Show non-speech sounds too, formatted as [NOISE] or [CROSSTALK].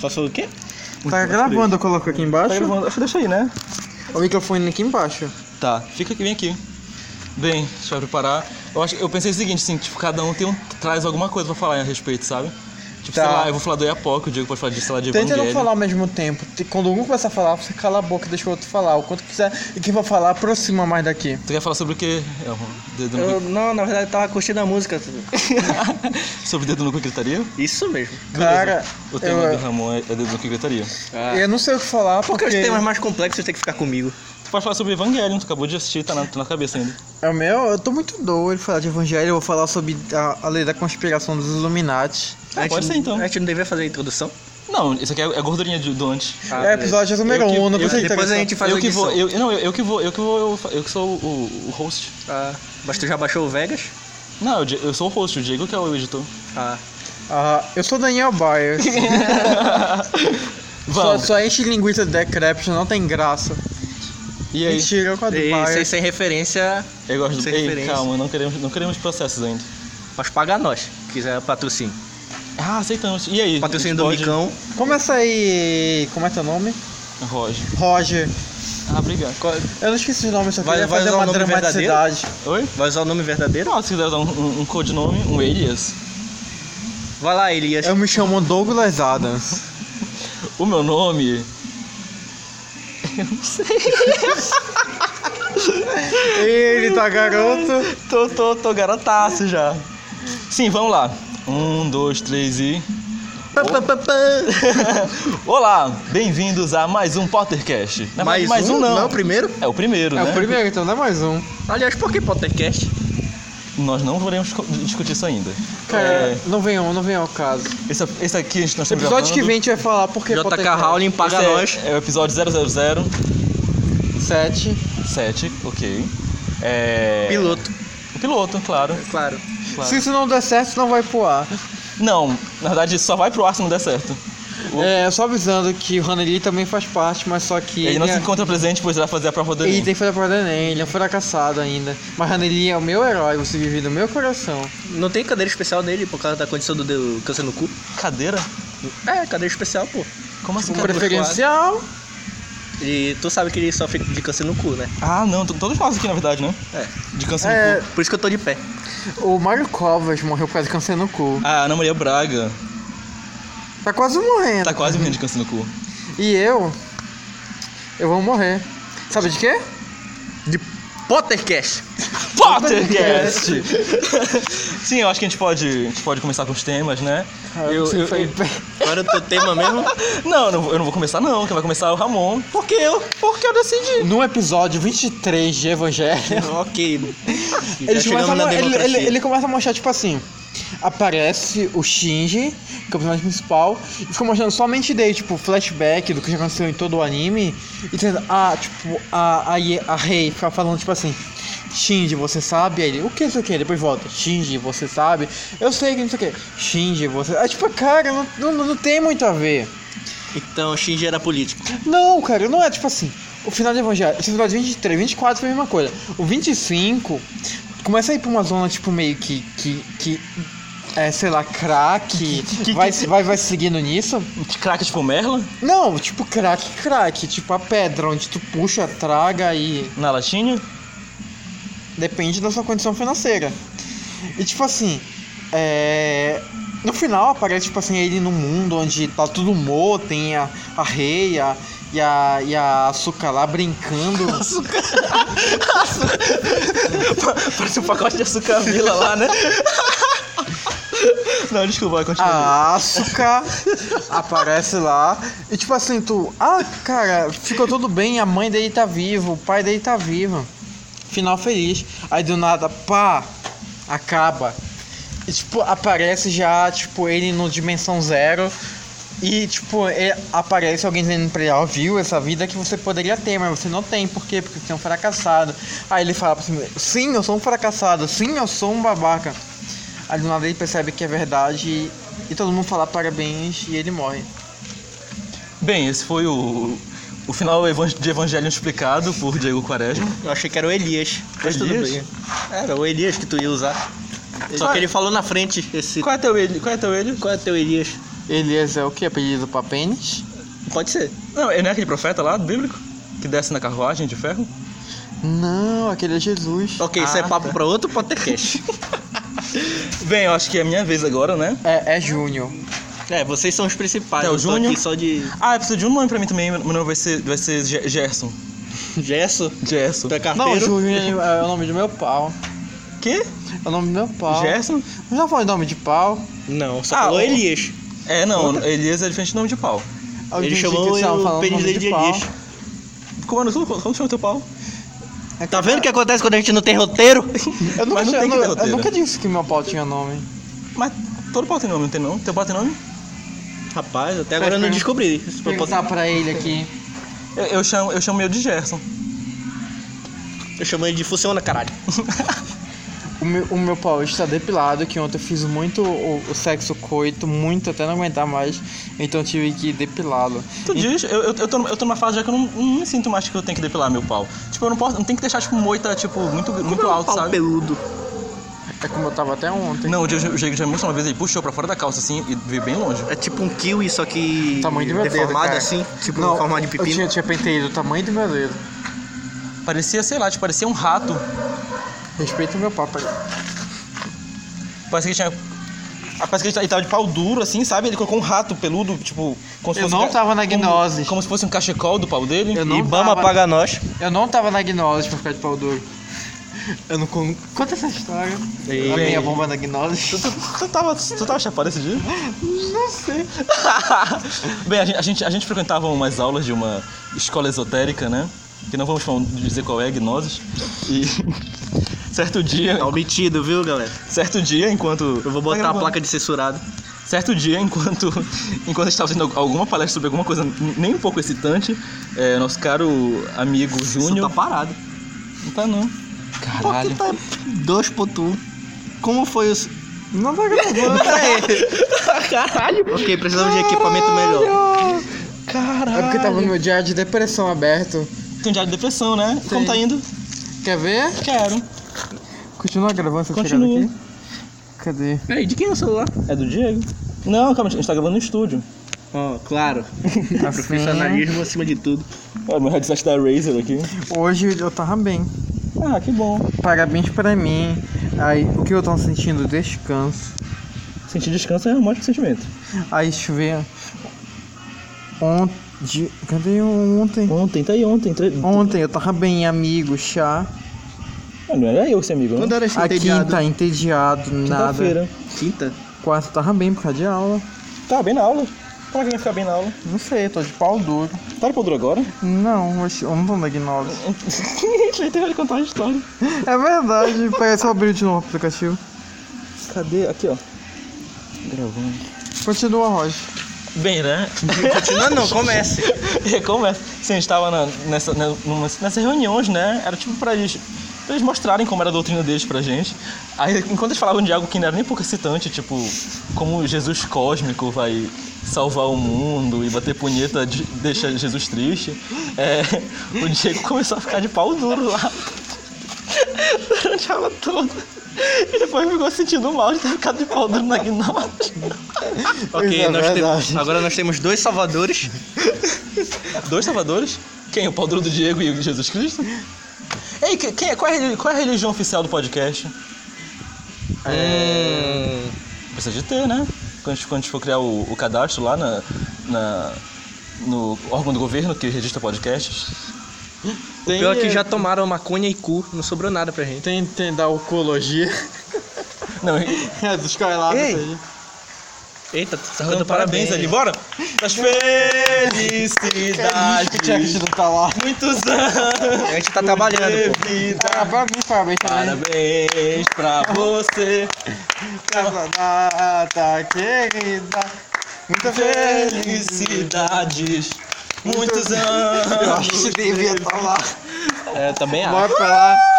Tá sendo o quê? Tá gravando, eu coloco aqui Tá embaixo. gravando. Acho que deixa aí, né? O microfone aqui embaixo. Tá, fica aqui, vem aqui. Bem, deixa eu preparar. Eu, acho, eu pensei o seguinte, assim, tipo, cada um tem um, traz alguma coisa pra falar a respeito, sabe? Tipo, Tá. sei lá, eu vou falar do Iapoca, o Diego pode falar de, sei lá, de Tenta não Evangelho. falar ao mesmo tempo. Te- Quando um começa a falar, você cala a boca e deixa o outro falar. O quanto quiser. E quem for falar, aproxima mais daqui. Tu quer falar sobre o quê? Elmo? Dedo no Eu, não, na verdade, eu tava curtindo a música. tudo. cu- [LAUGHS] sobre dedo no cu e gritaria? Isso mesmo. Cara, O tema do eu, Ramon é é dedo no cu e gritaria. Ah. eu não sei o que falar porque, Porque os temas mais complexos tem que ficar comigo. Tu pode falar sobre Evangelho, tu acabou de assistir, tá na, tá na cabeça ainda. é o meu. Eu tô muito doido de falar de evangelho. Eu vou falar sobre a, a lei da conspiração dos Illuminati. Ah, gente pode ser, não- então. A gente não devia fazer a introdução? Ah, Não, isso aqui é é a gordurinha de- do antes. é episódio número Ah, Eu que- 1, um, não eu- precisa é. Depois a interessar. gente faz eu a que edição. vou, eu, não, eu, eu que vou, eu que vou, eu, fa- eu que sou o, o host. Ah, mas tu já baixou o Vegas? Não, eu, di- eu sou o host, o Diego que é o [LAUGHS] editor. Ah, Ah, eu sou Daniel Bayer. só, [LAUGHS] Vamos. só enche linguiça decrépita, não tem graça. E aí? Mentira, com a do e sem, Bayer. sem referência, Eu gosto do. Sem Ei, referência. calma, não queremos, não queremos processos ainda. mas paga nós. se Quiser patrocínio. Ah, aceitamos. E aí? Patrocínio do A gente Micão. Começa aí. Como é teu nome? pode- Roger. Roger. Ah, obrigado. Eu não esqueci os nomes, só Vai- queria vai fazer usar o uma nome dramaticidade. Oi? Vai usar o nome verdadeiro? Não, se quiser dar um, um, um codinome, um alias. Vai lá, Elias. Eu me chamo Douglas Adams. O meu nome. Eu não sei. [LAUGHS] Ele tá garoto. Tô, tô, tô garotaço já. Sim, vamos lá. Um, dois, três e. Pá, pá, pá, pá. [LAUGHS] Olá, bem-vindos a mais um Pottercast. Na verdade, mais um, não. é o primeiro? É o primeiro, É né? o primeiro, então dá mais um. Aliás, por que Pottercast? Nós não vamos co- discutir isso ainda. Cara, É, não venham, não venham ao caso. esse, é, esse aqui a gente não está Episódio que vem a gente vai falar porque JK Rowling paga nós. É, é o episódio Sete. 007, ok. É... Piloto, O piloto, claro. claro. Claro. Se isso não der certo, não vai pro ar. Não, na verdade só vai pro ar se não der certo. O- É, só avisando que o Haneli também faz parte, mas só que. Ele, não é- se encontra presente, pois irá fazer a prova né? do Ele Enem. tem que fazer a prova do Enem, ele é um fracassado ainda. Mas Haneli é o meu herói, você vive no meu coração. Não tem cadeira especial nele por causa da condição do, do câncer no cu? Cadeira? É, cadeira especial, pô. Como assim Um cadeira? preferencial. E tu sabe que ele só fica de câncer no cu, né? Ah, não, t- todos nós aqui na verdade, né? É. De câncer no É, cu. Por isso que eu tô de pé. o Mário Covas morreu por causa de câncer no cu. A Ah, Ana Maria Braga Tá quase morrendo. tá quase morrendo de câncer no cu. E eu. Eu vou morrer. Sabe de quê? De Pottercast. Pottercast! [LAUGHS] Sim, eu acho que a gente pode, a gente pode começar com os temas, né? Ah, Eu- eu- eu- Qual era o teu tema mesmo? não, eu não vou- eu não vou começar não, quem vai começar é o Ramon. Porque eu, porque eu decidi. No episódio 23 de Evangelho, ok. Já eles chegamos começam Tá na a, ele, democracia. ele- ele começa a mostrar, tipo assim. Aparece o Shinji, que é o personagem principal, e fica mostrando somente dele, tipo, flashback do que já aconteceu em todo o anime. E tendo, ah, tipo, a, a, Ye- a Rei fica falando, tipo assim. Shinji, você sabe? Aí ele, o que isso aqui? Depois volta. Shinji, você sabe? Eu sei que não sei o que. Shinji, você. Ah, tipo, cara, não- não, não tem muito a ver. Então, Shinji era político. Não, cara, não é tipo assim. O final de Evangelho, esse final de 23, 24 foi a mesma coisa. O 25 começa a ir pra uma zona tipo meio que. que, que é, sei lá, crack. que- vai, vai, vai seguindo nisso? Crack tipo Merla, Não, tipo crack, crack. Tipo a pedra, onde tu puxa, traga e. na latinha. [LAUGHS] Depende da sua condição financeira. E tipo assim, é. No final aparece, tipo assim, ele num mundo onde tá tudo mo, tem a, a rei a- e a, e a Asuka lá [LAUGHS] brincando. Parece um pacote de açúcar vila lá, né? [LAUGHS] Não, desculpa, vai continuar. A Asuka Ah, aparece lá. E tipo assim, tu. Ah, cara, ficou tudo bem, a mãe dele tá viva, o pai dele tá vivo. Final feliz. Aí do nada, pá! Acaba. E tipo, aparece já, tipo, ele no Dimensão Zero. E tipo, é- aparece alguém dizendo pra ele, ó, viu essa vida que você poderia ter, mas você não tem, por quê? Porque você é um fracassado. Aí ele fala pra si mesmo, sim, eu sou um fracassado, sim, eu sou um babaca. Aí do nada ele percebe que é verdade e, e todo mundo fala parabéns e ele morre. Bem, esse foi o, o final evan- de Evangelho explicado por Diego Quaresma. Eu achei que era o Elias. Elias? Mas tudo bem. Era o Elias que tu ia usar. Só Qual é? que ele falou na frente esse. Qual é teu ele? Qual é teu ele? Qual é teu Elias? Elias é o que? Apelido pra pênis? Pode ser. Não, ele não é aquele profeta lá, bíblico, que desce na carruagem de ferro? Não, aquele é Jesus. Ok, isso é Ah, papo tá. pra outro podcast. Bem, eu acho que é a minha vez agora, né? É, é Júnior. [LAUGHS] é, vocês são os principais. É, o eu tô Júnior. aqui só de Ah, eu preciso de um nome pra mim também, meu nome vai ser, vai ser Ge- Gerson. gesso. Gerson. Tu é Não, carteiro. Júnior é o nome do meu pau. Quê? É o nome do meu pau. Gerson? Não falei nome de pau. Não, só Ah, falou o- Elias. É, não, Elias é diferente de nome de pau. Alguém Ele disse chamou É que estava o falando pênis nome dele de de pau. Elias. Como, como, como chama teu pau? É Tá que- vendo o que acontece quando a gente não tem roteiro? Eu nunca, Mas não che- tem que ter eu nu- eu roteiro. nunca disse que meu pau tinha nome. Mas todo pau tem nome, não tem não? Teu pau tem nome? Rapaz, até agora eu não pergunta- descobri. Isso Vou pra- perguntar pra ele aqui. Eu, eu chamo, eu chamo meu de Gerson. Eu chamo ele de Funciona, caralho. O meu, o meu pau está depilado, que ontem eu fiz muito o, o sexo coito, muito até não aguentar mais. Então eu tive que depilá-lo. Tu diz, eu, eu, eu, tô, numa- eu tô numa fase já que eu não, não me sinto mais que eu tenho que depilar meu pau. Tipo, eu não posso, não tem que deixar, tipo, moita, tipo, muito, muito um alto, sabe? peludo. É como eu tava até ontem. Não, o Diego o Diego já me mostrou uma vez, ele puxou pra fora da calça, assim, e veio bem longe. É tipo um kiwi, só que. O tamanho do meu dedo. deformado cara. assim. Tipo, não, não, formado de Eu pepino. tinha, tinha penteído o tamanho do meu dedo. Parecia, sei lá, tipo, parecia um rato. Respeita o meu pau, peraí. Parece que tinha... ah, Parece que ele tá- ele tava de pau duro, assim, sabe? Ele colocou um rato peludo, tipo... Como se Eu fosse não um ca- tava na como- gnose. Como, se fosse um cachecol do pau dele. Eu não Ibama tava- paga nós. Eu não tava na gnose pra ficar de pau duro. [LAUGHS] Eu não con... Conta essa história. Ei. a minha Bem. bomba na gnose. [LAUGHS] Tu, tu, tu tava, tu tava chapado esse dia? não sei. [LAUGHS] Bem, a gente, a, gente, a gente frequentava umas aulas de uma escola esotérica, né? Que não vamos falar- dizer qual é, Gnosis. E [LAUGHS] certo dia, Tá omitido, viu, galera? certo dia, enquanto... Eu vou botar a placa de censurado. Certo dia, enquanto, [LAUGHS] enquanto eu estava tendo alguma palestra sobre alguma coisa nem um pouco excitante, é, nosso caro amigo Júnior. Júnior... tá parado. Não tá não. Por que Caralho. tá 2.1? Como foi os. Não tá gravando. [LAUGHS] Caralho! Ok, precisamos de equipamento melhor. Caralho. tá- Caralho. É porque tava no meu diário de depressão aberto. Tem um diário de depressão, né? Como tá indo? Quer ver? Quero. Continua gravando essa Continua. chegada aqui? Cadê? Peraí, de quem é o celular? É do Diego? Não, calma, a gente tá gravando no estúdio. Ó, claro. Assim. Profissionalismo acima de tudo. Olha, meu headset da Razer aqui. Hoje eu tava bem. Ah, que bom. Parabéns pra mim. Aí, o que eu tava sentindo? Descanso. Sentir descanso é um ótimo sentimento. Aí chover. Ontem. Cadê o ontem? Ontem, tá aí ontem. Tre... Ontem eu tava bem, amigo, chá. Ah, não era eu, esse amigo. né? Quando era esse A entediado? quinta, tá entediado, nada. Quinta-feira. Quinta? Quarta, eu tava bem por causa de aula. Tá bem na aula. Pra que vai ficar bem na aula? Não sei, tô de pau duro. Para pro duro agora. [LAUGHS] Não, oxe, eu não tô na gnose. Ele vai contar a história. É verdade, parece eu abrir de novo o aplicativo. Cadê? Aqui, ó. Gravando. Continua, Roger. Bem, [LAUGHS] né? Continua não, comece. [LAUGHS] Recomeça. É Sim, a gente tava na- nessa, né, numa- nessas reuniões, né? Era tipo pra eles, pra eles mostrarem como era a doutrina deles pra gente. Aí, enquanto eles falavam de algo que não era nem pouco excitante, tipo, como Jesus cósmico vai salvar o mundo e bater punheta de- deixa Jesus triste, é, o Diego começou a ficar de pau duro lá. [LAUGHS] Durante a aula toda. E depois ficou sentindo mal de ter ficado de pau duro na gnose. Isso Ok, é nós temos, verdade. agora nós temos dois salvadores. Dois salvadores? Quem? O pau duro do Diego e o Jesus Cristo? Ei, que- quem é- qual, é, a reli- qual é a religião oficial do podcast? Hum, Precisa de ter, né? Quando a gente, quando a gente for criar o, o cadastro lá na, na- no órgão do governo que registra podcasts. Tem, pior é que já tomaram maconha e cu, não sobrou nada pra gente. Tem, tem da oncologia. [LAUGHS] Não, e- É, dos coelados Ei. aí. Eita, tá dando tocando parabéns ali, bora? Das felicidades! Que tinha sido tá lá. Muitos anos! A gente tá trabalhando, pô. de vida. Ah, pra mim, parabéns também. Parabéns pra você! Essa data querida. Muita felicidade. Felicidades! Muitos anos! devia estar lá. É, também acho. Bora pra lá.